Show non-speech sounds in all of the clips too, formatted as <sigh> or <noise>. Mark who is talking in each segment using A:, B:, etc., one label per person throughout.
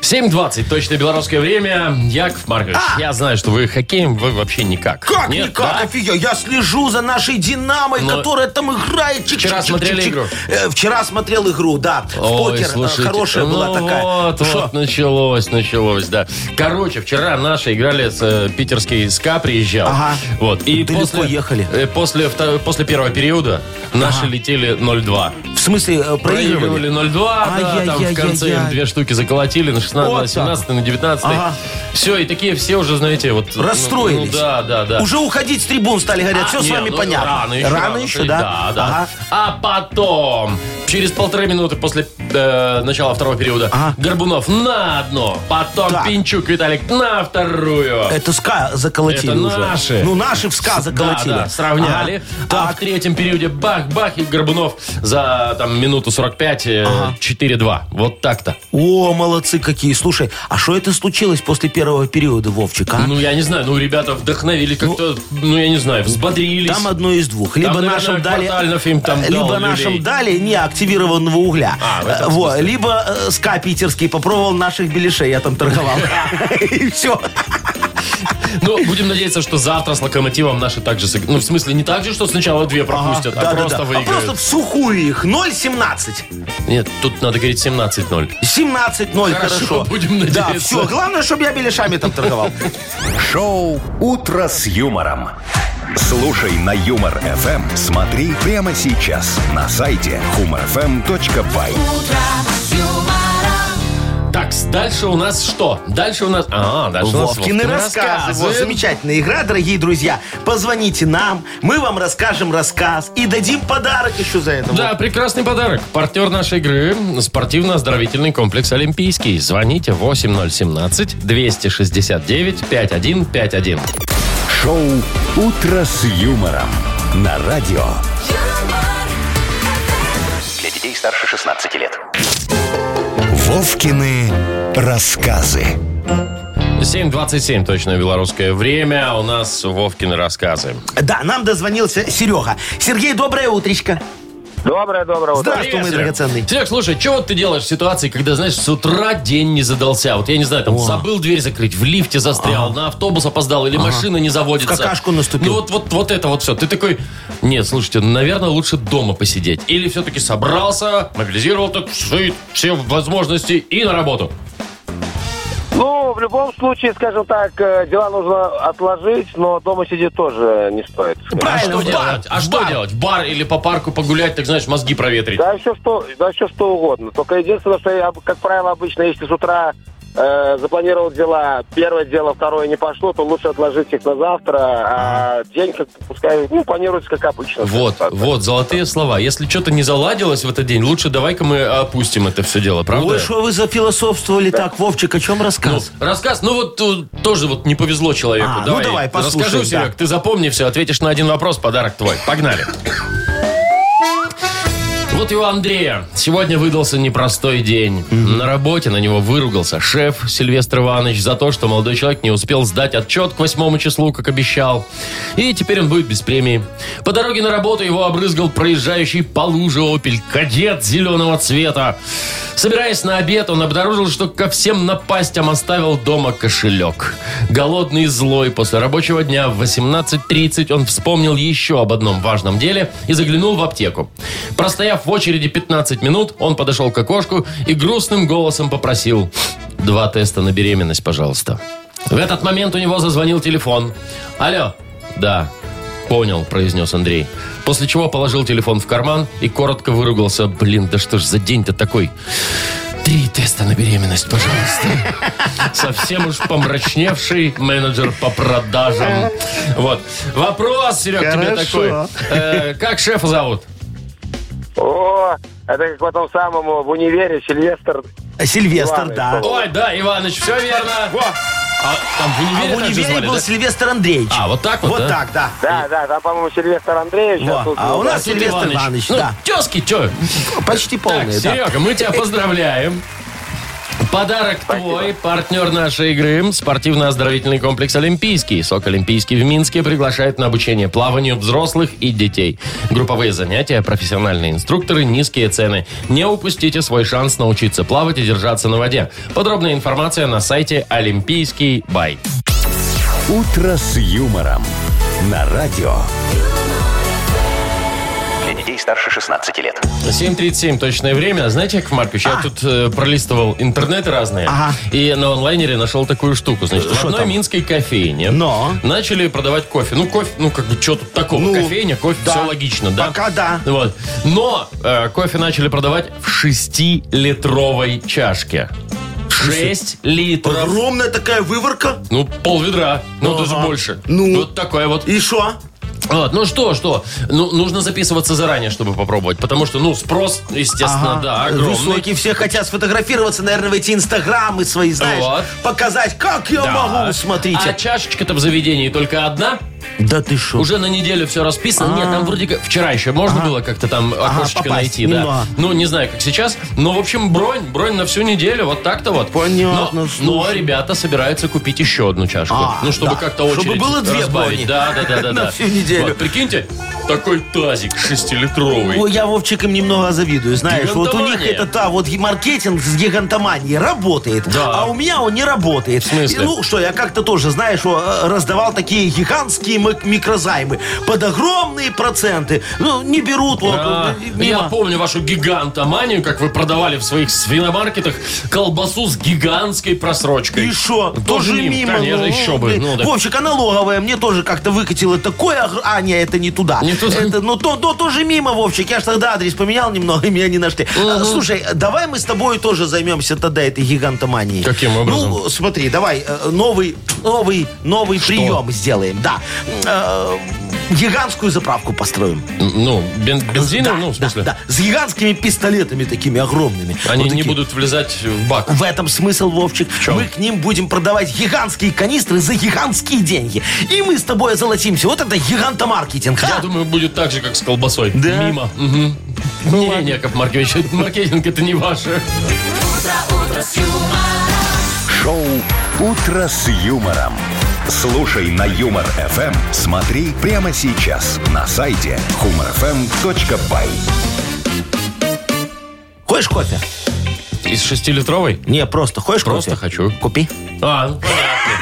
A: 7.20, точно белорусское время. Яков Маркович,
B: А!
A: я знаю, что вы хоккеем, вы вообще никак.
B: Как
A: Нет,
B: никак,
A: да?
B: офигел. Я слежу за нашей Динамой,
A: Но-
B: которая там играет. Чик,
A: Вчера
B: чик, чик,
A: смотрели
B: чик, чик.
A: игру?
B: Э, вчера смотрел игру, да. В
A: Ой,
B: покер э,
A: слушайте,
B: хорошая
A: ну
B: была такая.
A: Вот,
B: Шо?
A: вот, началось, началось, да. Короче, вчера наши играли с э, питерский СКА, приезжал.
B: Ага.
A: Вот, и
B: Далеко
A: после,
B: ехали.
A: э, после, вто- после первого периода наши летели 0-2.
B: В смысле, э, проигрывали?
A: Проигрывали 0-2, да, там в
B: Ай-яй-яй-яй-яй.
A: конце им две штуки заколотили на 16,
B: Вот
A: на 17, на 19.
B: Ага.
A: Все, и такие все уже, знаете, вот... ну,
B: Расстроились.
A: ну да, да, да.
B: Уже уходить с трибун стали, говорят,
A: А,
B: все с
A: не,
B: вами
A: ну,
B: понятно.
A: Рано еще.
B: еще, да?
A: Да, да.
B: Ага.
A: А потом, через полторы минуты после э, начала второго периода,
B: Ага.
A: Горбунов на одно, потом
B: Так. Э,
A: Пинчук Виталик на вторую.
B: Это СКА заколотили
A: Это
B: уже.
A: наши.
B: Ну, наши в СКА заколотили.
A: Да, да, сравняли.
B: Ага.
A: А в третьем периоде бах-бах, и Горбунов за там, минуту 45 э, 4-2. Вот так-то.
B: О, молодцы какие. Слушай, а что это случилось после первого периода, Вовчик, а?
A: Ну, я не знаю, ну, ребята вдохновили как-то, ну, я не знаю, взбодрились.
B: Там одно из двух. Либо
A: наверное,
B: нашим дали... э,
A: Квартальнов им там дал
B: либо
A: люлей.
B: нашим дали неактивированного угля.
A: А, в этом
B: Э, во,
A: смысле.
B: либо э, СКА питерский попробовал наших беляшей. Я там
A: <laughs>
B: торговал. <laughs> И все.
A: Ну, будем надеяться, что завтра с локомотивом наши также сыграют. Ну, в смысле, не так же, что сначала две пропустят, а просто
B: А
A: выиграют.
B: просто в сухую их. 0,17.
A: Нет, тут надо говорить 17-0.
B: 17-0,
A: Хорошо,
B: хорошо.
A: будем
B: Да,
A: надеяться.
B: все. Главное, чтобы я беляшами там
A: <laughs>
B: торговал.
C: Шоу «Утро с юмором». Слушай на Юмор ФМ. Смотри прямо сейчас на сайте humorfm.by.
A: Так, дальше у нас что? Дальше у нас... А, дальше у нас
B: Вовкины рассказы. Вот, замечательная игра, дорогие друзья. Позвоните нам, мы вам расскажем рассказ и дадим подарок еще за это.
A: Да, прекрасный подарок. Партнер нашей игры – спортивно-оздоровительный комплекс «Олимпийский». Звоните 8017-269-5151.
C: Шоу «Утро с юмором» на радио.
D: Для детей старше 16 лет.
C: Вовкины рассказы.
A: 7.27 точное белорусское время. а У нас Вовкины рассказы.
B: Да, нам дозвонился Серега. Сергей, доброе утречко.
D: Доброе, доброе утро.
B: Здравствуй, А мой
A: Привет, А Серег.
B: драгоценный.
A: Серег, слушай, что вот ты делаешь в ситуации, когда, знаешь, с утра день не задался? Вот я не знаю, там забыл дверь закрыть, в лифте застрял, на автобус опоздал или машина не заводится.
B: В какашку наступил.
A: Ну вот, вот, вот это вот все. Ты такой, нет, слушайте, ну, наверное, лучше дома посидеть. Или все-таки собрался, мобилизировал так все, все возможности и на работу.
D: Ну, в любом случае, скажем так, э, дела нужно отложить, но дома сидеть тоже не стоит.
A: А
B: Правильно,
A: что
B: в бар,
A: делать? А
B: в
A: что
B: бар.
A: делать? В бар или по парку погулять, так знаешь, мозги проветрить.
D: Да все что, да все что угодно. Только единственное, что я, как правило, обычно, если с утра э, запланировал дела, первое дело, второе не пошло, то лучше отложить их на завтра, а день как пускай, ну, планируется как обычно.
A: Вот,
D: Так, так.
A: вот, золотые слова. Если что-то не заладилось в этот день, лучше давай-ка мы опустим это все дело, правда?
B: Ой, что вы зафилософствовали так, Вовчик, о чем
A: Ну,
B: рассказ?
A: рассказ, ну вот э, тоже вот не повезло человеку.
B: А, ну давай, послушаем,
A: Расскажу, Серег,
B: да.
A: ты запомни все, ответишь на один вопрос, подарок твой. Погнали. Вот и у Андрея. Сегодня выдался непростой день. На работе на него выругался шеф Сильвестр Иванович за то, что молодой человек не успел сдать отчет к восьмому числу, как обещал. И теперь он будет без премии. По дороге на работу его обрызгал проезжающий по луже «Опель» кадет зеленого цвета. Собираясь на обед, он обнаружил, что ко всем напастям оставил дома кошелек. Голодный и злой после рабочего дня в 18.30 он вспомнил еще об одном важном деле и заглянул в аптеку. Простояв в очереди 15 минут, он подошел к окошку и грустным голосом попросил «Два теста на беременность, пожалуйста». В этот момент у него зазвонил телефон. «Алло». «Да». «Понял», — произнес Андрей. После чего положил телефон в карман и коротко выругался. «Блин, да что ж за день-то такой?» Три теста на беременность, пожалуйста. Совсем уж помрачневший менеджер по продажам. Вот. Вопрос, Серег, тебе такой.
B: Хорошо.
A: Э, как шефа зовут?
D: О, это как в этом самом в универе Сильвестр.
B: Э, Сильвестр,
D: Иваныч,
B: да.
D: по-моему.
A: Ой, да, Иваныч, все верно. А там в
B: А в
A: универе, так же
B: универе
A: звали,
B: был
A: да?
B: Сильвестр Андреевич.
A: А, вот так вот,
B: Вот
A: да?
B: так, да.
D: Да, да, там, по-моему, Сильвестр Андреевич.
B: Во,
D: а тут,
B: а
D: ну,
B: у
D: да.
B: нас
A: Тут
B: Сильвестр Иванович,
A: Ну,
B: да.
A: тезки, чё?
B: Почти
A: Так,
B: полный, да.
A: Серега, мы тебя поздравляем. Подарок твой, партнер нашей игры, спортивно-оздоровительный комплекс «Олимпийский». СОК «Олимпийский» в Минске приглашает на обучение плаванию взрослых и детей. Групповые занятия, профессиональные инструкторы, низкие цены. Не упустите свой шанс научиться плавать и держаться на воде. Подробная информация на сайте «Олимпийский бай».
C: «Утро с юмором» на радио. Для детей старше 16 лет.
A: 7.37 точное время. Знаете, Яков Маркович, я тут э, пролистывал интернеты разные.
B: А. Ага.
A: И на онлайнере нашел такую штуку. Значит, в
B: Что
A: одной
B: там?
A: минской кофейне
B: Но.
A: начали продавать кофе. Ну, кофе, ну, как бы, что тут такого?
B: Ну,
A: Кофейня, кофе,
B: да.
A: все логично, да?
B: Пока да.
A: Вот. Но э, кофе начали продавать в 6-литровой чашке. 6 литров.
B: Огромная такая выворка.
A: Ну, пол ведра. Ну, даже больше.
B: Ну.
A: Вот такое вот.
B: И что?
A: Вот, ну что, что? Ну, нужно записываться заранее, чтобы попробовать. Потому что, ну, спрос, естественно,
B: Ага.
A: да, огромный.
B: Высокий, все хотят сфотографироваться, наверное, в эти инстаграмы свои, знаешь,
A: Вот.
B: показать, как я
A: Да.
B: могу, смотрите.
A: А чашечка-то в заведении только одна.
B: Да ты шо?
A: Уже на неделю все расписано. Нет, там вроде как вчера еще можно было как-то там окошечко
B: А. попасть
A: найти,
B: немного.
A: да. Ну, не знаю, как сейчас. Но, в общем, бронь, бронь на всю неделю. Вот так-то вот.
B: Понятно,
A: Но, но
B: слушай.
A: ребята собираются купить еще одну чашку.
B: А,
A: ну, чтобы
B: да.
A: как-то очередь
B: Чтобы было две брони.
A: разбавить. Да, да,
B: <laughs>
A: да, да.
B: На
A: да.
B: всю неделю.
A: Вот, прикиньте, такой тазик шестилитровый.
B: Ой, я, Вовчик, им немного завидую, знаешь. Вот у них
A: Гигантомания.
B: это, да, вот и маркетинг с гигантоманией работает,
A: Да.
B: а у меня он не работает. В
A: смысле?
B: Ну, что, я как-то тоже, знаешь, о, э, раздавал такие гигантские мик- микрозаймы под огромные проценты. Ну, не берут, вот,
A: Да.
B: э,
A: А, Я
B: мимо.
A: помню вашу гигантоманию, как вы продавали в своих свиномаркетах колбасу с гигантской просрочкой.
B: И шо? Тоже, мимо.
A: Конечно,
B: ну,
A: еще бы.
B: блин.
A: Ну, да.
B: Вовчик, а налоговая мне тоже как-то выкатила такое... огр- А, не, это не туда.
A: Не туда.
B: Это, ну, то, то, тоже мимо, Вовчик. Я ж тогда адрес поменял немного, и меня не нашли. А, Слушай, давай мы с тобой тоже займемся тогда этой гигантоманией.
A: Каким образом?
B: Ну, смотри, давай э, новый, новый, новый прием сделаем. Да. Э, Гигантскую заправку построим.
A: Ну, бен- бензином,
B: Да,
A: ну, в смысле.
B: Да, да. с гигантскими пистолетами такими огромными.
A: Они
B: Вот
A: не
B: такие.
A: будут влезать в бак.
B: В этом смысл, Вовчик. Мы к ним будем продавать гигантские канистры за гигантские деньги. И мы с тобой озолотимся. Вот это гигантомаркетинг. а?
A: Я думаю, будет так же, как с колбасой.
B: Да? Ну,
A: Мимо. Мгм. не, не, Яков Маркович, <laughs> маркетинг это не ваше.
C: Шоу «Утро с юмором». Слушай на Юмор ФМ. Смотри прямо сейчас на сайте humorfm.by.
B: Хочешь кофе?
A: Из шестилитровой?
B: Не, просто. Хочешь
A: Просто
B: кофе?
A: хочу.
B: Купи.
A: А, ну, понятно.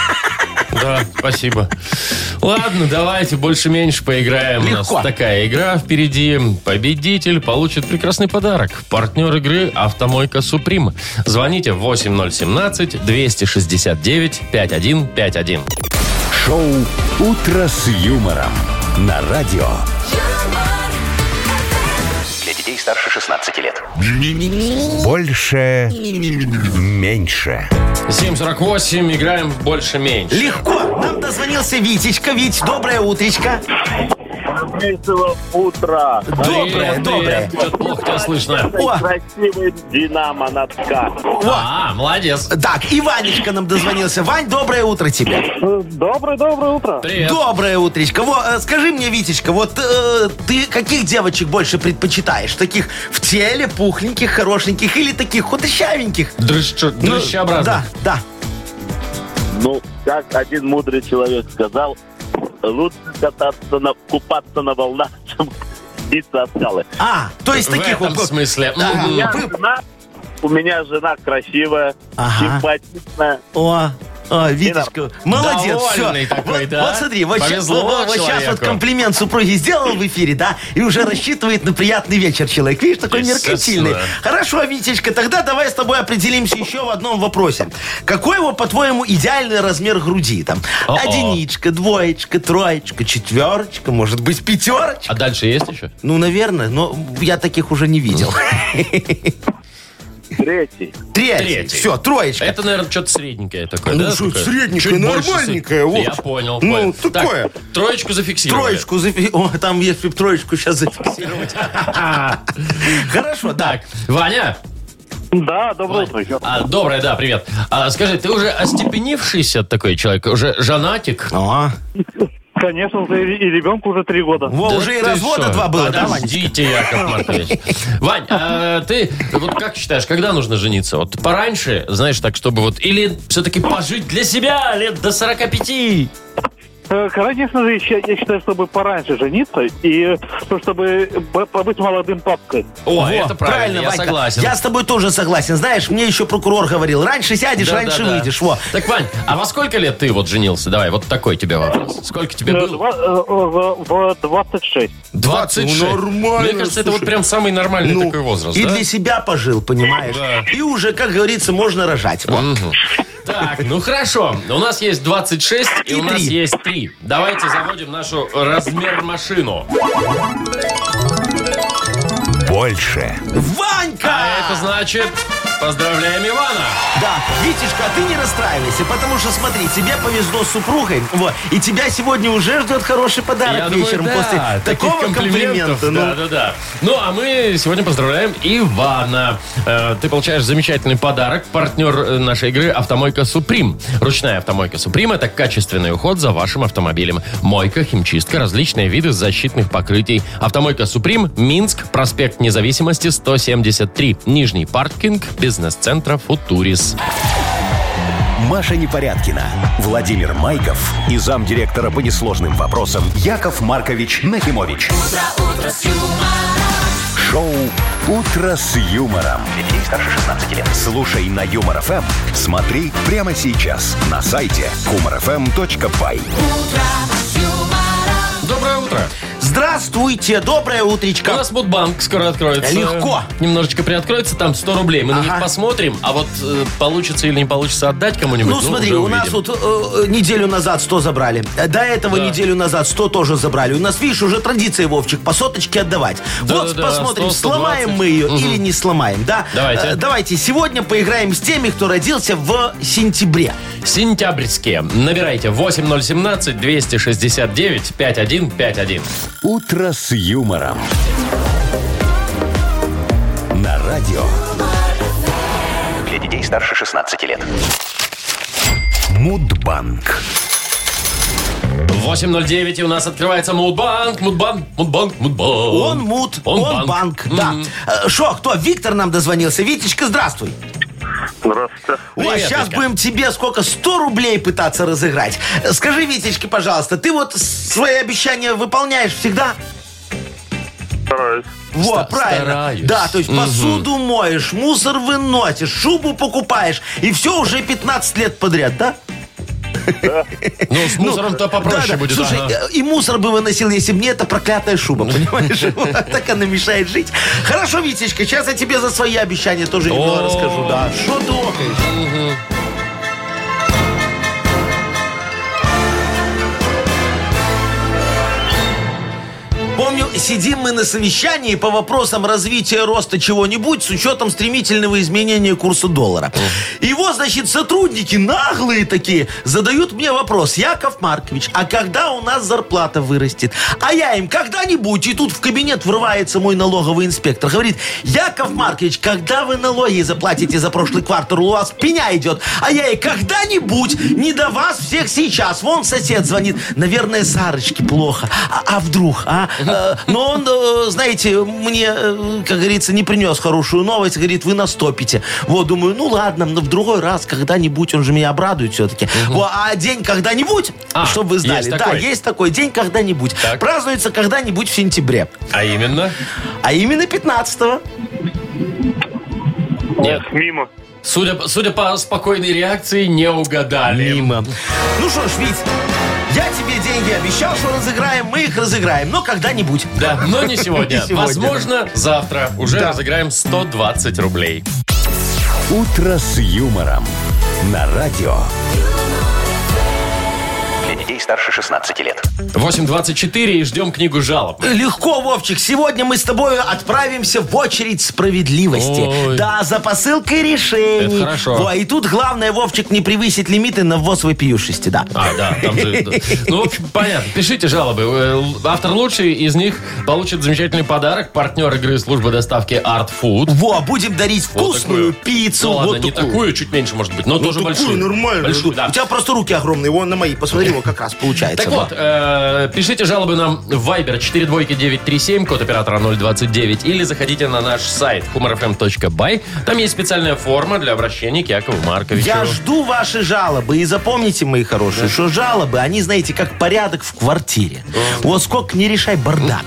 A: Да, спасибо. Ладно, давайте больше-меньше поиграем. У
B: Легко.
A: нас такая игра впереди. Победитель получит прекрасный подарок. Партнер игры «Автомойка Суприм». Звоните 8017-269-5151.
C: Шоу «Утро с юмором» на радио.
E: юмор,
F: Для детей старше 16 лет.
C: Больше. Меньше.
A: 748. Играем в больше-меньше.
B: Легко. Нам дозвонился Витечка. Вить, доброе утречко.
G: Доброго утра.
B: Доброе,
A: Привет,
B: доброе.
A: привет. Чё-то плохо тебя слышно.
B: О,
G: Красивый Динамо носка.
A: А, молодец.
B: так, и Ванечка нам дозвонился. Вань, доброе утро тебе.
G: Доброе-доброе утро.
A: Привет.
B: Доброе утречко. Во, э, скажи мне, Витечка, вот э, ты каких девочек больше предпочитаешь? Таких в теле, пухленьких, хорошеньких или таких худощавеньких?
A: Дрыщ-
B: Ну,
A: Дрыщеобразно.
B: Да,
G: Ну, как один мудрый человек сказал, лучше кататься на, купаться на волнах, <laughs> чем биться от скалы.
B: да. А, то есть
A: В
B: таких
A: этом
B: вот...
A: смысле.
B: Да.
A: Мгм.
G: Я
B: вы-
G: жена, у меня жена красивая,
B: Ага.
G: симпатичная.
B: О, о, Витечка, молодец,
A: Довольный
B: все.
A: такой,
B: вот,
A: да?
B: вот смотри, вот, сейчас,
A: Повезло
B: вот
A: человеку.
B: комплимент супруги сделал в эфире, да, и уже рассчитывает на приятный вечер человек. Видишь, такой
A: Естественно.
B: меркантильный. Хорошо, Витечка, тогда давай с тобой определимся еще в одном вопросе. Какой его, по-твоему, идеальный размер груди? Там
A: О-о.
B: одиничка, двоечка, троечка, четверочка, может быть, пятерочка?
A: А дальше есть еще?
B: Ну, наверное, но я таких уже не видел.
G: Третий.
B: Третий.
A: Третий.
B: Все, троечка.
A: Это, наверное, что-то средненькое такое,
B: Ну,
A: да?
B: что,
A: такое?
B: средненькое,
A: Чуть больше
B: нормальненькое, вот.
A: сред- Я понял,
B: Ну,
A: понял.
B: такое.
A: Так, троечку зафиксировали.
B: Троечку зафи- О, там если б троечку сейчас зафиксировать. <laughs> Хорошо, да.
A: Так, Ваня,
G: Да, доброе утро. еще.
A: а, доброе, да, привет. А, скажи, ты уже остепенившийся такой человек, уже жанатик?
B: О, а?
G: Конечно, и, и ребенку уже три года.
B: во,
A: Да
B: уже и
A: ты
B: развода
A: что?
B: два было, да, Ванечка?
A: Подождите, Яков Маркович. Вань, а ты вот как считаешь, когда нужно жениться? Вот пораньше, знаешь, так, чтобы вот... Или все-таки пожить для себя лет до 45?
G: Э, Конечно же, я, я считаю, чтобы пораньше жениться и ну, чтобы б- побыть молодым папкой.
A: О,
B: Во,
A: это правильно, я
B: Ванька.
A: согласен.
B: Я с тобой тоже согласен. Знаешь, мне еще прокурор говорил, раньше сядешь,
A: Да,
B: раньше
A: да, да.
B: выйдешь. Во.
A: Так, Вань, а во сколько лет ты вот женился? Давай, вот такой тебе вопрос. Сколько тебе
G: Э,
A: было?
G: два- э, в, в 26.
A: 26.
B: Ну, нормально,
A: Мне кажется, это вот
B: слушай.
A: прям самый нормальный
B: Ну,
A: такой возраст,
B: И
A: да?
B: для себя пожил, понимаешь?
A: Да.
B: И уже, как говорится, можно рожать. Во.
A: Так, ну хорошо. У нас есть 26 и,
B: И
A: у нас
B: три.
A: есть 3. Давайте заводим нашу размер машину.
C: Больше.
A: А это
B: Ванька!
A: значит, поздравляем Ивана.
B: Да, Витечка, а ты не расстраивайся, потому что, смотри, тебе повезло с супругой, вот, и тебя сегодня уже ждет хороший
A: Я
B: подарок
A: думаю,
B: вечером
A: да,
B: после
A: таких
B: такого комплимента. ну.
A: Да, да, да. Ну, а мы сегодня поздравляем Ивана. Э, Ты получаешь замечательный подарок. Партнер э, нашей игры «Автомойка Суприм». Ручная «Автомойка Суприм» — это качественный уход за вашим автомобилем. Мойка, химчистка, различные виды защитных покрытий. «Автомойка Суприм», Минск, проспект Независимости, 173. Нижний паркинг, бизнес-центра «Футурис».
C: Маша Непорядкина, Владимир Майков и замдиректора по несложным вопросам Яков Маркович Нахимович. Шоу «Утро с юмором». Для детей старше 16 лет. Слушай на Юмор ФМ. Смотри прямо сейчас на сайте humorfm.by.
A: Доброе утро.
B: Здравствуйте, доброе
A: У
B: утречко.
A: нас Мудбанк скоро откроется.
B: Легко.
A: Немножечко приоткроется, там 100 рублей. Мы на них
B: Ага.
A: посмотрим, а вот э, получится или не получится отдать кому-нибудь.
B: Ну смотри,
A: уже
B: у нас
A: увидим.
B: вот э, неделю назад 100 забрали. Э, До этого
A: Да.
B: неделю назад 100 тоже забрали. У нас, видишь, уже традиция, Вовчик, по соточке отдавать.
A: Да,
B: вот
A: да, да,
B: посмотрим,
A: 100, 120.
B: сломаем мы ее или не сломаем, да?
A: Давайте.
B: Э, давайте, сегодня поиграем с теми, кто родился в сентябре.
A: Сентябрьские. Набирайте 8017-269-5151.
C: «Утро с юмором». На радио
F: Для детей старше 16 лет.
C: «Мудбанк».
A: 8.09, и у нас открывается Мудбанк, Мудбанк, Мудбанк, Мудбанк.
B: Он мут, он, банк, да. Э, Шо, кто? Виктор нам дозвонился. Витечка, здравствуй.
G: Здравствуйте.
B: Ой,
A: Привет,
B: сейчас
A: Витька.
B: будем тебе сколько? 100 рублей пытаться разыграть. Э, Скажи, Витечке, пожалуйста, ты вот с- свои обещания выполняешь всегда?
G: Стараюсь.
B: Вот,
A: Ста-
B: правильно.
A: стараюсь.
B: Да, то есть
A: Мгм.
B: посуду моешь, мусор выносишь, шубу покупаешь, и все уже 15 лет подряд, да?
A: Ну, с мусором-то попроще
B: Да-да.
A: будет.
B: Слушай,
A: ага.
B: э, и мусор бы выносил, если бы не эта проклятая шуба,
A: <laughs>
B: понимаешь? Вот Так она мешает жить. Хорошо, Витечка, сейчас я тебе за свои обещания тоже немного
A: О.
B: расскажу. Да, что ты окаешь? Помню, сидим мы на совещании по вопросам развития роста чего-нибудь с учетом стремительного изменения курса доллара. Его, значит, сотрудники наглые такие задают мне вопрос. Яков Маркович, а когда у нас зарплата вырастет? А я им когда-нибудь, и тут в кабинет врывается мой налоговый инспектор. Говорит, Яков Маркович, когда вы налоги заплатите за прошлый квартал, у вас пеня идет. А я и когда-нибудь, не до вас всех сейчас. Вон сосед звонит. Наверное, Сарочке плохо. А, а вдруг, а? Э, Но он, э, знаете, мне, э, как говорится, не принес хорошую новость. Говорит, вы нас топите. Вот, думаю, ну ладно, но в другой раз когда-нибудь он же меня обрадует все-таки. а день когда-нибудь,
A: А,
B: чтобы вы знали.
A: есть
B: да,
A: такой.
B: есть такой день когда-нибудь.
A: Так.
B: Празднуется когда-нибудь в сентябре.
A: А именно?
B: А именно 15
A: Нет.
G: Мимо.
A: Судя, по- судя по спокойной реакции, не угадали.
B: Мимо. Ну что ж, Вить, я тебе деньги обещал, что разыграем, мы их разыграем, но когда-нибудь.
A: Да, но
B: <laughs>
A: не
B: Не
A: сегодня.
B: сегодня.
A: Возможно, завтра уже разыграем 120 рублей.
C: «Утро с юмором» на радио.
F: Для детей старше 16 лет.
A: 8.24 и ждем книгу жалоб.
B: Легко, Вовчик. Сегодня мы с тобой отправимся в очередь справедливости.
A: Ой.
B: Да, за посылкой решений.
A: Это хорошо.
B: Во, и тут главное, Вовчик, не превысить лимиты на ввоз вопиюшести, да.
A: А, да, там же... да. Ну, в общем, понятно. Пишите жалобы. Э, л- Автор лучший из них получит замечательный подарок. Партнер игры службы доставки Art Food.
B: Во, будем дарить
A: Вот
B: вкусную
A: такую.
B: пиццу.
A: Ну, ладно,
B: вот Ну,
A: не такую. чуть меньше, может быть, но тоже
B: такую
A: большую.
B: нормальную.
A: Большую, да.
B: У тебя просто руки огромные, вон на мои. Посмотри, вот как раз получается.
A: Так вот, э, пишите жалобы нам в Viber 42937, код оператора 029, или заходите на наш сайт humorfm.by. Там есть специальная форма для обращения к Якову Марковичу.
B: Я жду ваши жалобы. И запомните, мои хорошие, что жалобы, они, знаете, как порядок в квартире. Вот сколько не решай бардак.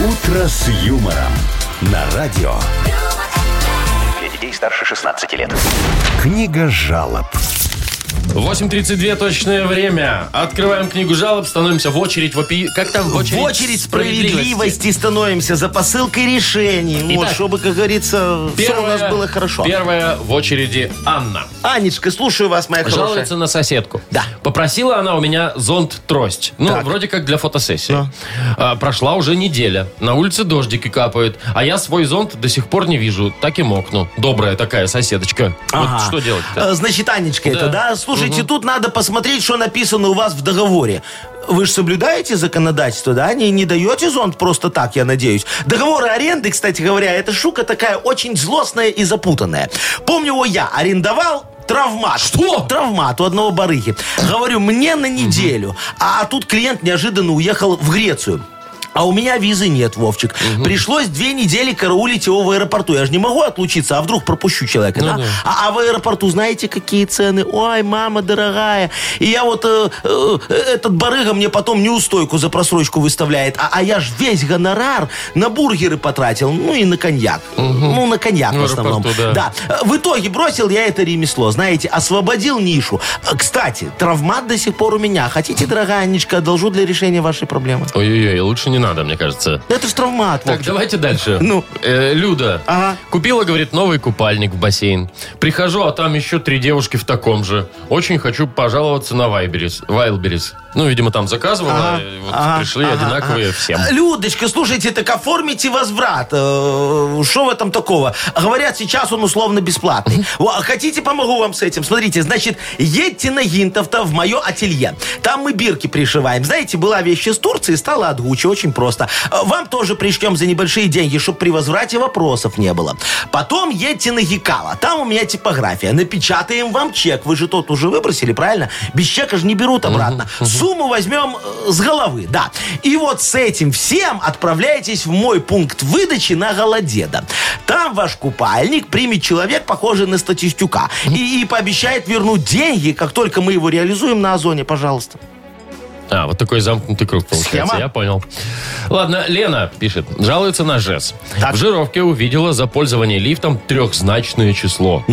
C: «Утро с юмором» на радио.
F: Для детей старше 16 лет.
C: Книга жалоб.
A: 8.32 точное время. Открываем книгу жалоб, становимся в очередь вопи... Как там? <laughs> В очередь,
B: в очередь справедливости. становимся за посылкой решений. Вот,
A: Итак,
B: чтобы, как говорится, все у
A: Первая-
B: нас было хорошо.
A: Первая в очереди Анна.
B: Анечка, слушаю вас, моя хорошая.
A: Жалуется на соседку.
B: Да.
A: Попросила она у меня зонт-трость. Ну,
B: Так. Ну.
A: вроде как для фотосессии. А, прошла уже неделя. На улице дождики капают. А я свой зонт до сих пор не вижу. Так и мокну. Добрая такая соседочка. Вот
B: Ага.
A: что делать-то?
B: Э, Значит, Анечка, это,
A: Да.
B: да? Слушайте, тут надо посмотреть, что написано у вас в договоре. Вы же соблюдаете законодательство, да? Не, не даете зонт просто так, я надеюсь. Договоры аренды, кстати говоря, это штука такая очень злостная и запутанная. Помню, о, я арендовал Травмат.
A: Что?
B: Травмат у одного барыги. Говорю, мне на неделю. А тут клиент неожиданно уехал в Грецию. А у меня визы нет, Вовчик. Пришлось две недели караулить его в аэропорту. Я же не могу отлучиться, а вдруг пропущу человека, да? А, а в аэропорту знаете, какие цены? Ой, мама дорогая. И я вот... э, э, этот барыга мне потом неустойку за просрочку выставляет. А, а я ж весь гонорар на бургеры потратил. Ну и на коньяк. Ну, на коньяк
A: В
B: в основном.
A: аэропорту, да.
B: да. Э, В итоге бросил я это ремесло, знаете, освободил нишу. Э, Кстати, травмат до сих пор у меня. Хотите, дорогая Анечка, одолжу для решения вашей проблемы?
A: Ой-ой-ой, лучше не надо, мне кажется.
B: Это ж травмат.
A: Так,
B: Вовчик.
A: давайте дальше.
B: Ну.
A: Э, Люда.
B: Ага.
A: Купила, говорит, новый купальник в бассейн. Прихожу, а там еще три девушки в таком же. Очень хочу пожаловаться на Вайлберис. Вайлберис. Ну, видимо, там заказывала.
B: Ага,
A: и вот
B: ага,
A: пришли
B: ага,
A: одинаковые всем.
B: Э, Людочка, слушайте, так оформите возврат. Э, Что в этом такого? Говорят, сейчас он условно бесплатный. Во, а Хотите, помогу вам с этим? Смотрите, значит, едьте на Гинтов-то в мое ателье. Там мы бирки пришиваем. Знаете, была вещь из Турции, стала от Гуччи. Очень просто. Э, Вам тоже пришьем за небольшие деньги, чтобы при возврате вопросов не было. Потом едьте на Гикава. А Там у меня типография. Напечатаем вам чек. Вы же тот уже выбросили, правильно? Без чека же не берут обратно. Сумму возьмем э, с головы, да. И вот с этим всем отправляйтесь в мой пункт выдачи на Голодеда. Там ваш купальник примет человек, похожий на статистюка, и, и пообещает вернуть деньги, как только мы его реализуем на Озоне, пожалуйста.
A: А, вот такой замкнутый круг получается.
B: Схема?
A: Я понял. Ладно, Лена пишет. Жалуется на ЖЭС.
B: Так.
A: В жировке увидела за пользование лифтом трехзначное число.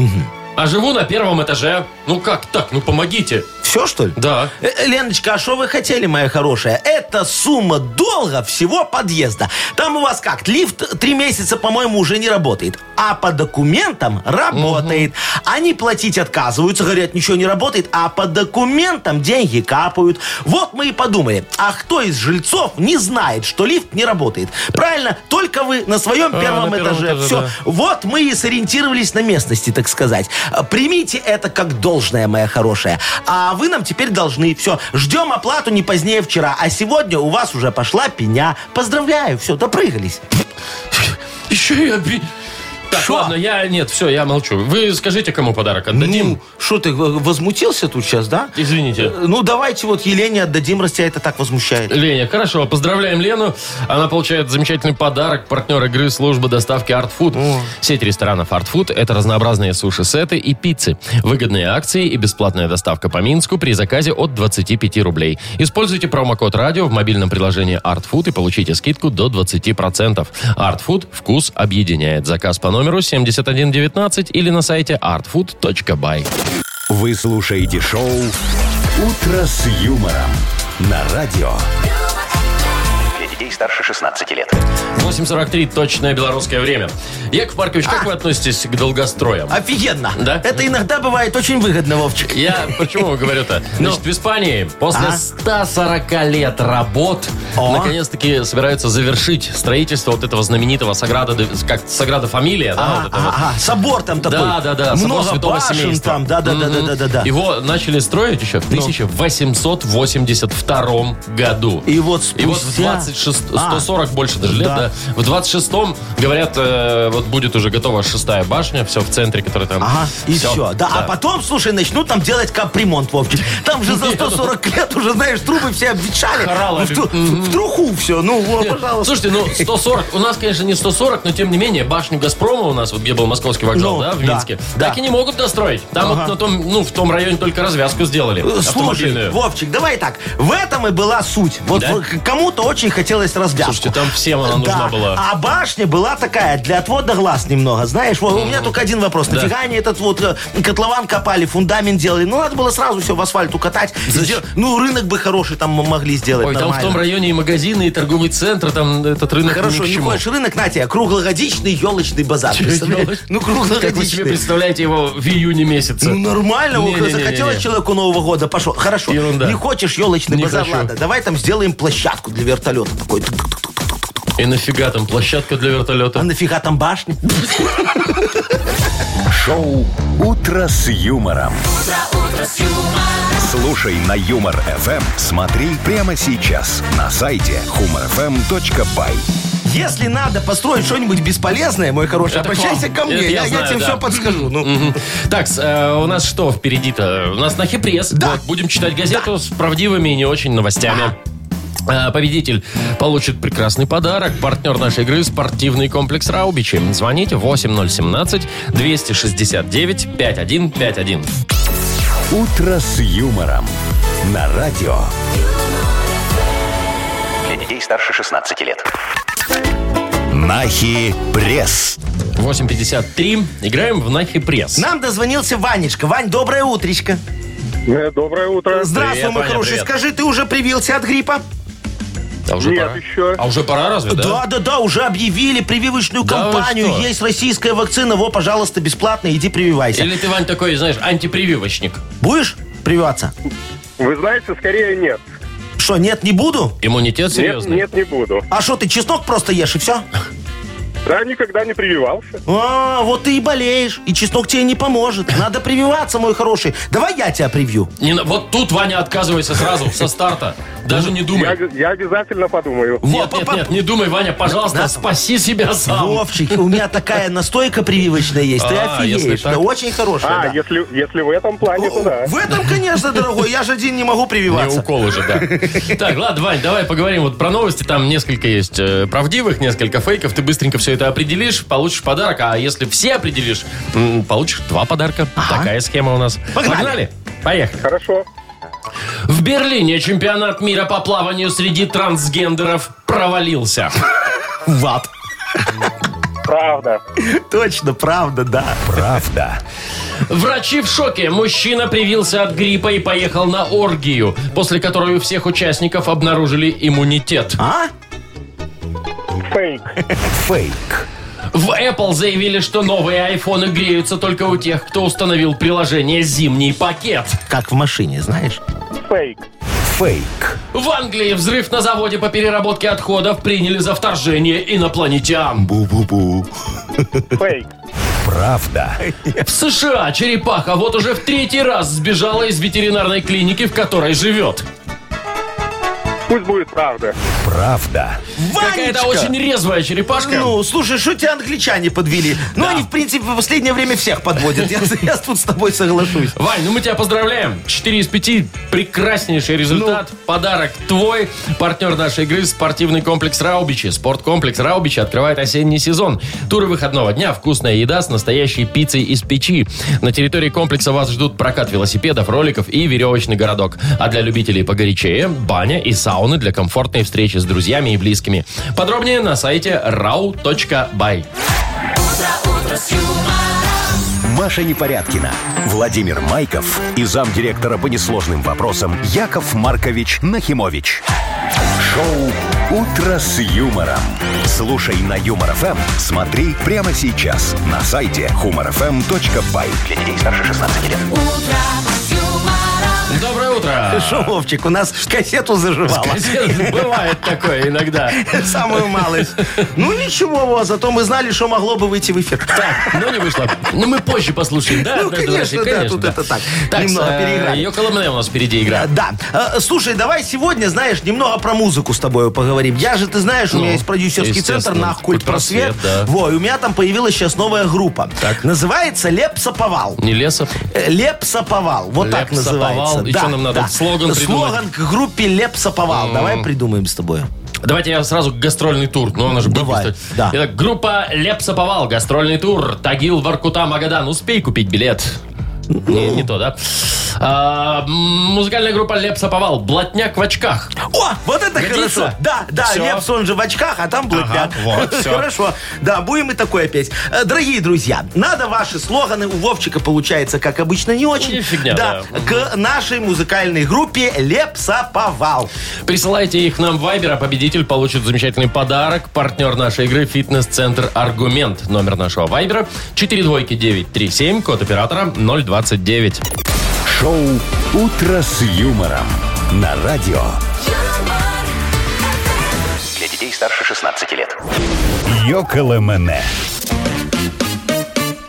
A: А живу на первом этаже. Ну как так? Ну помогите.
B: Все, что ли?
A: Да.
B: Э, э, Леночка, а что вы хотели, моя хорошая? Это сумма долга всего подъезда. Там у вас как, лифт три месяца, по-моему, уже не работает. А по документам работает. Они платить отказываются, говорят, ничего не работает, а по документам деньги капают. Вот мы и подумали, а кто из жильцов не знает, что лифт не работает? Правильно, только вы на своем
A: А,
B: первом,
A: на первом
B: этаже.
A: этаже,
B: Все,
A: да.
B: вот мы и сориентировались на местности, так сказать. А, Примите это как должное, моя хорошая. А вы нам теперь должны. Все, ждем оплату не позднее вчера. А сегодня у вас уже пошла пеня. Поздравляю, все, допрыгались.
A: Еще и оби- Так,
B: Шо?
A: ладно, я... Нет, все, я молчу. Вы скажите, кому подарок отдадим.
B: Ну, что ты, в- возмутился тут сейчас, да?
A: Извините.
B: Э, Ну, давайте вот Елене отдадим, раз тебя это так возмущает.
A: Леня, хорошо, поздравляем Лену. Она получает замечательный подарок. Партнер игры служба доставки Art Food. Сеть ресторанов Art Food – это разнообразные суши-сеты и пиццы. Выгодные акции и бесплатная доставка по Минску при заказе от 25 рублей. Используйте промокод «Радио» в мобильном приложении Art Food и получите скидку до 20%. Art Food – вкус объединяет. Заказ по номеру 7119 или на сайте artfood.by.
C: Вы слушаете шоу «Утро с юмором» на радио.
F: Для детей старше 16 лет.
A: 8.43 – точное белорусское время. Яков Маркович, как вы относитесь к долгостроям?
B: Офигенно.
A: Да?
B: Это иногда бывает очень выгодно, Вовчик.
A: Я почему говорю-то? Значит, в Испании после
B: Ну. А?
A: 140 лет работ
B: О.
A: наконец-таки собираются завершить строительство вот этого знаменитого Саграда, де- как Саграда Фамилия, да,
B: А,
A: вот это вот.
B: а, а, собор там такой.
A: Да, да, да. собор
B: Много
A: святого
B: башен
A: семейства.
B: там, да, да, да, да,
A: Мгм.
B: да, да, Ну. да.
A: Его начали строить еще в 1882 году.
B: И вот
A: И вот в
B: спустя-
A: 26,
B: А.
A: 140 больше даже лет, да.
B: Да.
A: В 26-м, говорят, э, вот будет уже готова шестая башня, все в центре, которая там...
B: Ага, и
A: всё.
B: все. Да, а потом, слушай, начнут там делать капремонт, Вовчик. Там же за 140 лет уже, знаешь, трубы все обветшали.
A: Хоралами.
B: В, тру- в труху все. Ну, вот, пожалуйста.
A: Слушайте, ну 140, у нас, конечно, не 140, но тем не менее, башню Газпрома у нас, вот где был московский вокзал,
B: Ну,
A: да, в
B: да,
A: Минске,
B: да.
A: так и не могут достроить. Там вот на том, ну, в том районе только развязку сделали.
B: Э, Слушай,
A: автомобильную.
B: Вовчик, давай так. В этом и была суть. Вот
A: Да?
B: в- кому-то очень хотелось развязку.
A: Слушайте, там всем она
B: Да.
A: нужна была.
B: А башня была такая, для отвода глаз немного. Знаешь, вот у меня только один вопрос. Нафига они этот вот э, котлован копали, фундамент делали? Ну, надо было сразу все в асфальт укатать. Сдел- Ну, рынок бы хороший там м- могли сделать
A: Ой, там в
B: нормально.
A: том районе и магазины, и торговый центр, там этот рынок
B: Хорошо,
A: ни к
B: не
A: чему.
B: хочешь рынок, на тебе, круглогодичный елочный базар.
A: Чё,
B: представляешь?
A: ёлочный?
B: Ну,
A: Как вы себе
B: круглогодичный.
A: представляете его в июне месяце?
B: Ну, нормально, вот
A: Не-не-не-не-не.
B: захотелось человеку Нового года, пошел. Хорошо,
A: Ерунда.
B: не хочешь елочный
A: Не
B: базар,
A: хочу.
B: ладно, давай там сделаем площадку для вертолета такой. Тук-тук-тук.
A: И нафига там площадка для
B: А
A: вертолета?
B: нафига там башни?
C: Шоу «Утро с юмором». Слушай на Юмор ФМ. Смотри прямо сейчас на сайте humorfm.by.
B: Если надо построить что-нибудь бесполезное, мой хороший,
A: Это к вам.
B: обращайся ко
A: Это
B: мне,
A: я
B: я, я
A: знаю,
B: тебе
A: да.
B: все подскажу. Ну,
A: Так, с, э, у нас что впереди-то? У нас на хипресс.
B: Да.
A: Вот, будем читать газету с правдивыми и не очень новостями. Э, Победитель получит прекрасный подарок. Партнер нашей игры – спортивный комплекс «Раубичи». Звоните 8017-269-5151.
C: «Утро с юмором» на радио.
F: Для детей старше 16 лет.
C: Нахи пресс.
A: 8.53. Играем в «Нахи пресс».
B: Нам дозвонился Ванечка. Вань, доброе утречко.
E: Э, Доброе утро.
B: Здравствуй,
A: Привет,
B: мой
A: Ваня,
B: хороший.
A: привет.
B: Скажи, ты уже привился от гриппа?
A: А уже
E: Нет,
A: пора?
E: еще.
A: А уже пора разве, да?
B: Да, да, да, уже объявили прививочную
A: Да вы
B: кампанию.
A: что?
B: Есть российская вакцина. Во, пожалуйста, бесплатно, иди прививайся.
A: Или ты, Вань, такой, знаешь, антипрививочник?
B: Будешь прививаться?
E: Вы знаете, скорее нет.
B: Что, нет, не буду?
A: Иммунитет
E: Нет,
A: серьезный?
E: нет, не буду.
B: А что, ты чеснок просто ешь и
A: <laughs>
B: все?
E: Да, никогда не прививался.
B: А, вот ты и болеешь, и чеснок тебе не поможет. Надо прививаться, мой хороший. Давай я тебя привью.
A: Не на- вот тут, Ваня, отказывайся сразу, со старта. Даже не
E: Я,
A: думай.
E: я обязательно подумаю.
A: Нет, нет, нет, не думай, Ваня, пожалуйста, спаси себя сам.
B: Вовчик, у меня такая настойка прививочная есть. Ты
A: А, если
B: офигеешь.
A: так.
B: Да, Очень хорошая.
E: А,
B: да.
E: если, если в этом плане, то да.
B: В этом, конечно, дорогой, я же один не могу
A: Не
B: прививаться.
A: укол уже,
B: <laughs>
A: да. Так, ладно, Вань, давай поговорим вот про новости. Там несколько есть э, правдивых, несколько фейков. Ты быстренько все это определишь, получишь подарок. А если все определишь, м, получишь два подарка. Такая схема у нас.
B: Погнали.
A: Поехали.
E: Хорошо.
A: В Берлине чемпионат мира по плаванию среди трансгендеров провалился.
B: <laughs> В ад.
E: Правда.
B: Точно, правда, да.
C: Правда.
A: Врачи в шоке. Мужчина привился от гриппа и поехал на оргию, после которой у всех участников обнаружили иммунитет.
B: А?
E: Фейк.
C: Фейк.
A: В Apple заявили, что новые айфоны греются только у тех, кто установил приложение «Зимний пакет».
B: Как в машине, знаешь.
E: Фейк.
C: Фейк.
A: В Англии взрыв на заводе по переработке отходов приняли за вторжение инопланетян.
C: Бу-бу-бу.
E: Фейк.
C: Правда.
A: В США черепаха вот уже в третий раз сбежала из ветеринарной клиники, в которой живет.
E: Пусть будет правда.
C: Правда.
A: Какая-то очень резвая черепашка.
B: Ну, слушай, что тебя англичане подвели? Ну,
A: Да.
B: они, в принципе, в последнее время всех подводят. Я, <laughs> я тут с тобой соглашусь.
A: Вань, ну мы тебя поздравляем. 4 из 5. Прекраснейший результат. Подарок твой. Партнер нашей игры – спортивный комплекс «Раубичи». Спорткомплекс «Раубичи» открывает осенний сезон. Туры выходного дня, вкусная еда с настоящей пиццей из печи. На территории комплекса вас ждут прокат велосипедов, роликов и веревочный городок. А для любителей погорячее – баня и сауны для комфортной встречи с друзьями и близкими. Подробнее на сайте rau.by.
C: Маша Непорядкина, Владимир Майков и замдиректора по несложным вопросам Яков Маркович Нахимович. Шоу «Утро с юмором». Слушай на Юмор ФМ, смотри прямо сейчас на сайте humorfm.by. Для детей старше 16 лет.
A: Доброе утро!
B: Шо, Вовчик, у нас кассету заживала.
A: Бывает такое иногда.
B: <laughs> Самую малость. Ну, ничего, Во, зато мы знали, что могло бы выйти в эфир.
A: Ну, не вышло. Ну, мы позже послушаем, да?
B: Ну,
A: однажды
B: конечно,
A: в России?
B: да, тут это так,
A: Так,
B: немного переиграли.
A: Ее у нас впереди игра.
B: Да. Э, Слушай, давай сегодня, знаешь, немного про музыку с тобою поговорим. Я же, ты знаешь, у
A: Ну,
B: меня есть продюсерский центр
A: естественно,
B: на культпросвет.
A: «Культпросвет», да.
B: Во, и у меня там появилась сейчас новая группа.
A: Так.
B: Называется Лепсоповал.
A: Не Лесов.
B: Э, Лепсоповал. Вот так
A: Лепсоповал.
B: называется.
A: И что нам надо, слоган придумать?
B: Слоган к группе Лепсоповал. Давай придумаем с тобой.
A: Давайте я сразу гастрольный тур. Ну, она же будет
B: Давай,
A: стоить.
B: да.
A: Итак, группа Лепсоповал. Гастрольный тур. Тагил, Воркута, Магадан. Успей купить билет. Не, не то, да? А, м, музыкальная группа Лепсоповал. Блатняк в очках.
B: О, вот это
A: Годится?
B: хорошо. Да, да,
A: Всё.
B: Лепс, он же в очках, а там блатняк. <laughs>
A: вот, всё.
B: Хорошо. Да, будем и такое петь. Э, Дорогие друзья, надо ваши слоганы. У Вовчика получается, как обычно, не
A: Ну,
B: очень.
A: фигня, да.
B: К нашей музыкальной группе Лепсоповал.
A: Присылайте их нам в Viber, а победитель получит замечательный подарок. Партнер нашей игры – фитнес-центр «Аргумент». Номер нашего Viber – 42937, код оператора 029.
C: Шоу «Утро с юмором» на радио.
F: Для детей старше 16 лет.
C: Йоколэмэне.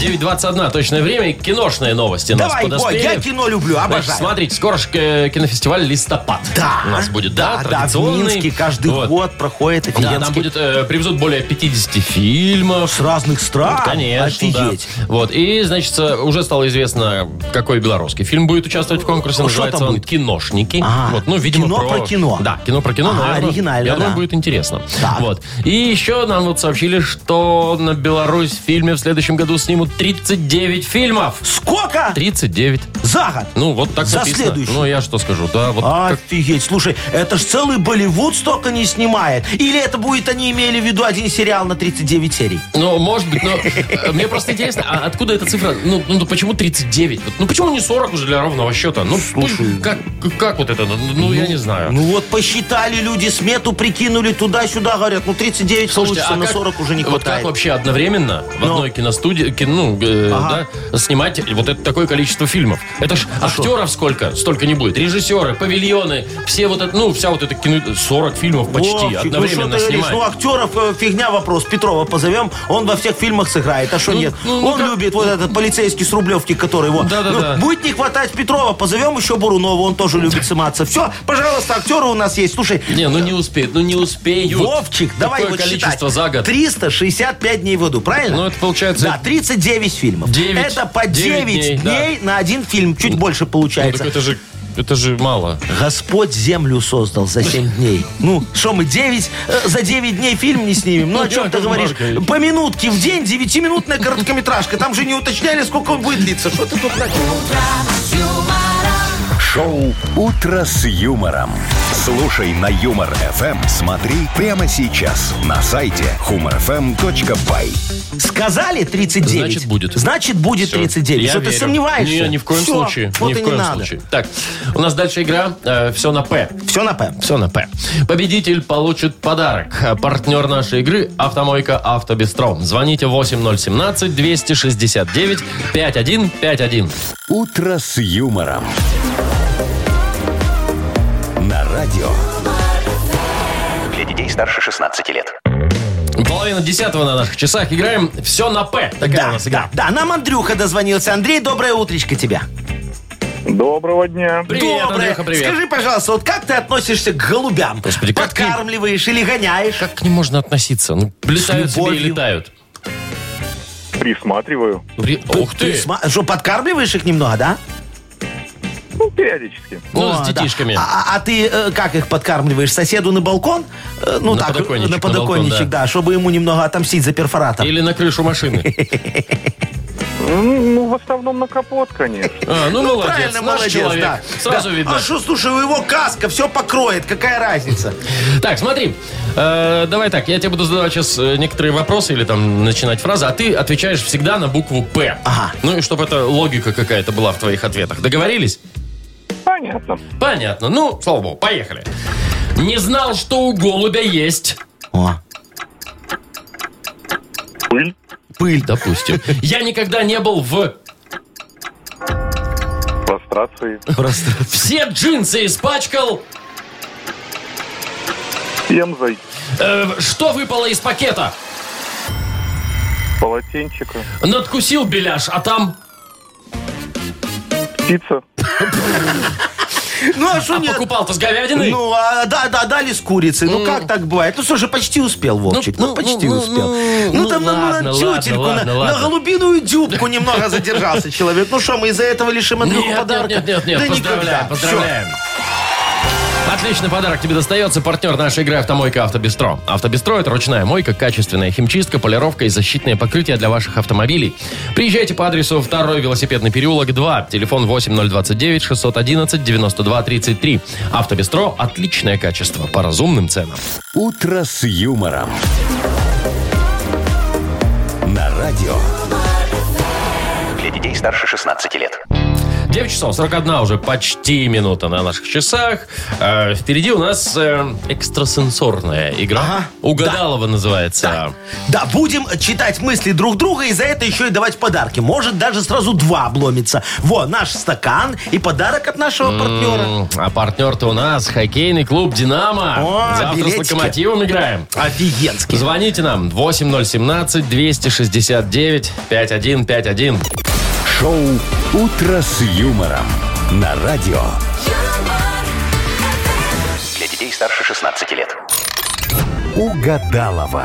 A: 9.21 точное время. И киношные новости нас
B: Давай, Бо,
A: подоспели.
B: я кино люблю,
A: Значит,
B: обожаю.
A: смотрите, скоро же э, кинофестиваль «Листопад».
B: Да.
A: У нас будет, да,
B: А, да, в
A: традиционный.
B: Минске каждый
A: Вот.
B: год проходит
A: Да, там
B: офигенский.
A: будет, э, привезут более 50 фильмов.
B: С разных стран.
A: Вот, Ну, конечно, да.
B: А, Офигеть.
A: Вот, и, значит, э, уже стало известно, какой белорусский фильм будет участвовать в конкурсе.
B: Ну, что
A: Называется
B: там
A: он
B: будет?
A: «Киношники».
B: А,
A: вот, ну, видимо,
B: кино про кино.
A: Да, кино про кино.
B: А,
A: наверное,
B: оригинально,
A: Я думаю,
B: да.
A: будет интересно.
B: Так.
A: Вот. И еще нам вот сообщили, что на Беларусь в фильме в следующем году снимут 39 фильмов.
B: Сколько?
A: 39.
B: За год.
A: Ну, вот так
B: За
A: написано.
B: следующий. А
A: Ну, я что скажу, да, вот как-
B: Офигеть, слушай, это ж целый Болливуд столько не снимает. Или это будет, они имели в виду один сериал на 39 серий?
A: Ну, может быть, но э, мне просто интересно, а откуда эта цифра? Ну, ну, почему 39? Вот, Ну, почему не 40 уже для ровного счета? Ну,
B: Слушай.
A: как, как вот это? Ну, я не знаю.
B: Ну вот посчитали люди, смету прикинули туда-сюда, говорят, ну 39
A: Слушайте,
B: получится,
A: а
B: на
A: как-
B: 40 уже не
A: вот
B: хватает.
A: как вообще одновременно в
B: Ну.
A: одной киностудии, кин- ну, э,
B: Ага. А
A: да, снимать вот это такое количество фильмов? Это ж актеров сколько? Столько не будет. Режиссеры, павильоны, все вот это, ну, вся вот эта кино... 40 фильмов почти
B: О, фиг,
A: одновременно
B: ну, что ты говоришь,
A: снимать.
B: ну актеров э, фигня вопрос. Петрова позовем, он во всех фильмах сыграет. А что
A: Ну,
B: нет?
A: ну, ну,
B: он
A: как-
B: любит вот этот полицейский с Рублевки, который вот.
A: Да-да-да.
B: Ну, Будет не хватать Петрова, позовем еще Бурунова, он тоже любит сниматься. Все, пожалуйста, актеры у нас есть. Слушай,
A: Не, ну не успеет, ну не успеют.
B: а Вовчик, давай
A: Такое
B: вот
A: количество
B: считать.
A: за год.
B: 365 дней в году, правильно?
A: Ну, это получается-
B: Да, 39 фильмов.
A: 9,
B: это по
A: 9
B: 9,
A: дней,
B: дней,
A: да.
B: на один фильм. Чуть больше
A: Ну,
B: получается.
A: так это же, это же мало.
B: Господь землю создал за 7 дней. Ну, что мы 9, э, за 9 дней фильм не снимем? Ну,
A: Ну,
B: о чем ты
A: Яков
B: говоришь?
A: Маркович.
B: По минутке в день 9-минутная короткометражка. Там же не уточняли, сколько он будет длиться. Что ты тут начал?
C: Шоу «Утро с юмором». Слушай на Юмор ФМ. Смотри прямо сейчас на сайте humorfm.by.
B: Сказали 39.
A: Значит, будет.
B: Значит, будет
A: Всё.
B: 39.
A: Я
B: что ты
A: верю.
B: сомневаешься?
A: Не, ни в коем
B: Всё,
A: случае.
B: Вот
A: ни
B: и
A: в
B: не
A: коем
B: надо.
A: случае. Так, у нас дальше игра. все на П.
B: Все на П.
A: Все на П. Победитель получит подарок. А Партнер нашей игры – автомойка «Автобестро». Звоните 8017-269-5151.
C: «Утро с юмором». На радио.
F: Для детей старше 16 лет.
A: Половина десятого на наших часах. Играем «Все на П». Такая у
B: Да,
A: нас игра.
B: да, да, нам Андрюха дозвонился. Андрей, доброе утречко тебе.
E: Доброго дня.
A: Привет,
B: Доброе.
A: Андрюха, привет.
B: Скажи, пожалуйста, вот как ты относишься к голубям?
A: Господи, как ты-
B: Подкармливаешь или гоняешь?
A: Как к ним можно относиться? Ну, летают себе и
B: любовью.
A: летают.
E: Присматриваю.
A: При- Ух ты!
B: сма- Что, подкармливаешь их немного, да?
E: Ну, периодически.
A: Ну,
B: О,
A: с
B: да.
A: детишками.
B: А, а- а ты э, как их подкармливаешь? Соседу на балкон? Э, ну,
A: На
B: так,
A: подоконничек, на
B: на подоконничек,
A: балкон,
B: да. чтобы ему немного отомстить за перфоратор.
A: Или на крышу машины.
E: М, Ну, в основном на капот, конечно.
A: А, ну, молодец,
B: Правильно,
A: наш человек.
B: да.
A: Сразу
B: Да.
A: видно.
B: А что, слушай, у его каска все покроет, какая разница?
A: Так, смотри. Э, давай так, я тебе буду задавать сейчас некоторые вопросы или там начинать фразы, а ты отвечаешь всегда на букву «П».
B: Ага.
A: Ну и чтобы это логика какая-то была в твоих ответах. Договорились?
E: Понятно.
A: Понятно. Ну, слава богу, поехали. Не знал, что у голубя есть.
B: О,
E: Пыль.
A: Пыль, допустим. Я никогда не был в...
E: Прострации.
B: просто
A: <laughs> Все джинсы испачкал.
E: Темзой.
A: Э, что выпало из пакета?
E: Полотенчика.
A: Надкусил беляш, а там...
E: Птица.
B: Ну, а что
A: А
B: нет?
A: покупал-то с говядиной?
B: Ну, а, да, да, дали с курицей. Ну, как так бывает? Ну, слушай, почти успел, Вовчик.
A: Ну,
B: Ну,
A: ну,
B: почти
A: ну, ну,
B: успел.
A: ну,
B: Ну,
A: ну,
B: там на- на,
A: ладно,
B: на
A: ладно,
B: тютельку,
A: ладно,
B: на,
A: ладно.
B: на голубиную дюбку немного задержался человек. Ну, что, мы из-за этого лишим Андрюху
A: Нет,
B: подарка?
A: нет, нет, нет, нет,
B: Да никогда.
A: поздравляем,
B: Всё.
A: поздравляем. Отличный подарок тебе достается. Партнер нашей игры «Автомойка Автобестро». «Автобестро» — это ручная мойка, качественная химчистка, полировка и защитное покрытие для ваших автомобилей. Приезжайте по адресу 2 велосипедный переулок 2, телефон 8029-611-9233. «Автобестро» — отличное качество по разумным ценам.
C: «Утро с юмором». На радио.
F: Для детей старше 16 лет.
A: 9 часов 41 уже почти минута на наших часах. Э, впереди у нас э, экстрасенсорная игра.
B: Ага.
A: Угадалова называется.
B: Да, будем читать мысли друг друга и за это еще и давать подарки. Может, даже сразу два обломится. Во, наш стакан и подарок от нашего партнера.
A: М, А партнер-то у нас хоккейный клуб «Динамо».
B: О,
A: Завтра с
B: билетики.
A: «Локомотивом» играем.
B: Офигенский.
A: Звоните нам 8017-269-5151.
C: Шоу «Утро с юмором» на радио.
H: юмор,
F: Для детей старше 16 лет.
C: Угадалова.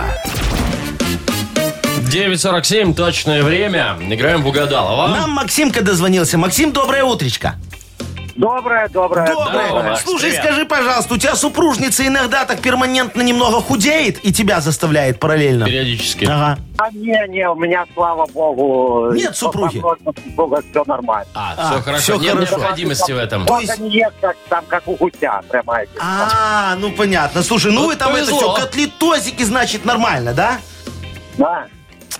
A: 9.47, точное время. Играем в угадалово.
B: Нам Максимка дозвонился. Максим, доброе утречко.
E: Доброе, доброе.
B: Доброе.
A: Здорово, Макс,
B: Слушай,
A: привет.
B: скажи, пожалуйста, у тебя супружница иногда так перманентно немного худеет и тебя заставляет параллельно?
A: Периодически.
B: Ага.
E: А не, не, у меня, слава богу...
B: Нет супруги?
E: Бога, все нормально.
A: А,
B: А,
A: все хорошо.
B: всё
A: Нет
B: хорошо.
A: необходимости в этом.
B: То
E: Только
B: есть-
E: не ест, как, там, как у гуся, прямо. эти.
B: А, ну понятно. Слушай, ну
A: Ну,
B: вы там это
A: повезло.
B: все, котлетозики, значит, нормально, да?
E: Да.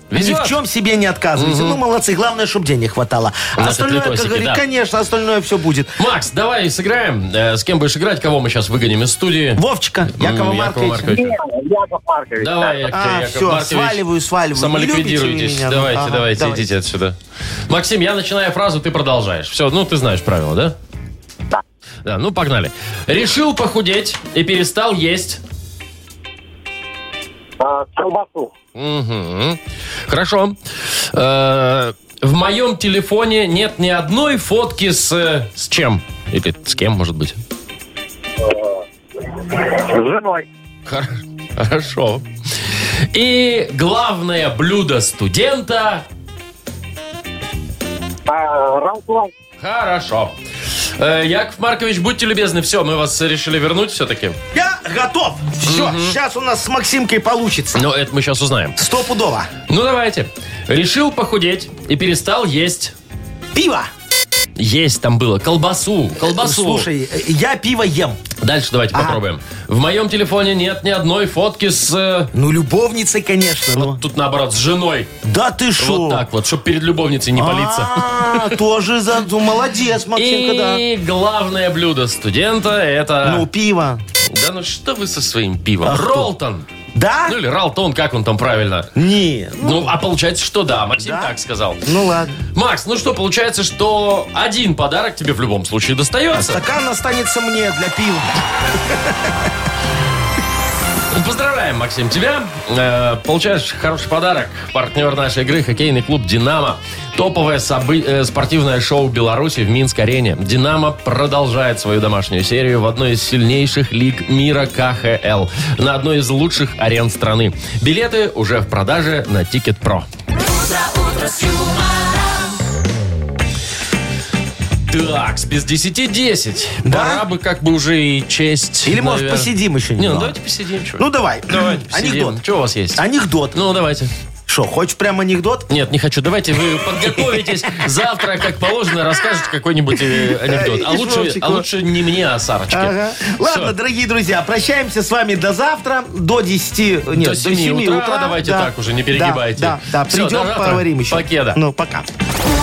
B: Ни
A: Везет.
B: в чем себе не отказывайте. Ну, молодцы. Главное, чтобы денег хватало. А
A: На
B: остальное, как
A: котлетосики,
B: говорит,
A: А, да.
B: конечно, остальное все будет.
A: Макс, давай сыграем. Э, С кем будешь играть? Кого мы сейчас выгоним из студии?
B: Вовчика, Якова
A: М,
B: Марковича.
E: Не, Яков Маркович.
A: Давай,
E: да.
A: Яков,
B: А,
A: Яков
B: все,
A: Маркович.
B: сваливаю, сваливаю. Не
A: Самоликвидируйтесь.
B: любите вы меня, ну,
A: давайте,
B: ага,
A: давайте,
B: давайте.
A: идите отсюда. Максим, я начинаю фразу, ты продолжаешь. Все, ну ты знаешь правила, да?
E: Да.
A: Да, ну погнали. Решил похудеть и перестал есть.
E: А, колбасу.
A: Мгм. Хорошо. Э, В моем телефоне нет ни одной фотки с... э, С чем? Или с кем, может быть?
E: С женой.
A: Хор- Хорошо. И главное блюдо студента...
E: А, Рауклай.
A: Хорошо. Э, Яков Маркович, будьте любезны, все, мы вас решили вернуть все-таки.
B: Я готов. Все, сейчас у нас с Максимкой получится.
A: Но Ну, это мы сейчас узнаем.
B: Стопудово.
A: Ну, давайте. Решил похудеть и перестал есть.
B: Пиво.
A: Есть там было. Колбасу. Колбасу.
B: Слушай, э, я пиво ем.
A: Дальше давайте
B: Ага.
A: попробуем. В моем телефоне нет ни одной фотки с... э,
B: Ну, любовницей, конечно. ну.
A: Тут наоборот, с женой.
B: Да ты шо?
A: Вот так вот, чтобы перед любовницей не палиться.
B: А, тоже задум. Молодец, Максимка, да.
A: И главное блюдо студента это...
B: Ну, пиво.
A: Да ну что вы со своим пивом?
B: А что?
A: Ролтон.
B: Да?
A: Ну или Ралтон, как он там правильно?
B: Не.
A: Ну, а получается, что да, Максим
B: Да?
A: так сказал.
B: Ну, ладно.
A: Макс, ну что, получается, что один подарок тебе в любом случае достается.
B: Стакан останется мне для пива.
A: Поздравляем, Максим, тебя. Э, получаешь хороший подарок. Партнер нашей игры – хоккейный клуб «Динамо». Топовое собы- э, спортивное шоу Беларуси в Минск-арене. «Динамо» продолжает свою домашнюю серию в одной из сильнейших лиг мира КХЛ. На одной из лучших арен страны. Билеты уже в продаже на Тикет Про. Так, с без 10-10.
B: Да?
A: Пора бы как бы уже и честь.
B: Или, может,
A: наверное.
B: посидим еще
A: Не, ну
B: немного?
A: давайте посидим, чего.
B: Ну, давай.
A: давайте посидим.
B: Анекдот.
A: Что у вас есть?
B: Анекдот.
A: Ну, давайте.
B: Что, хочешь прям анекдот?
A: Нет, не хочу. Давайте вы подготовитесь. Завтра, как положено, расскажете какой-нибудь э, анекдот. А
B: Ишь,
A: лучше,
B: Вовчик,
A: а
B: вот.
A: лучше не мне, а Сарочке.
B: Ага. Ладно,
A: Всё.
B: дорогие друзья, прощаемся с вами до завтра, до 10, нет, до
A: 7
B: 7
A: утра,
B: утра.
A: давайте так уже, не перегибайте.
B: Да, да, да.
A: Всё, до
B: придем,
A: завтра.
B: поговорим еще.
A: Покеда.
B: Ну, пока.
H: юмор.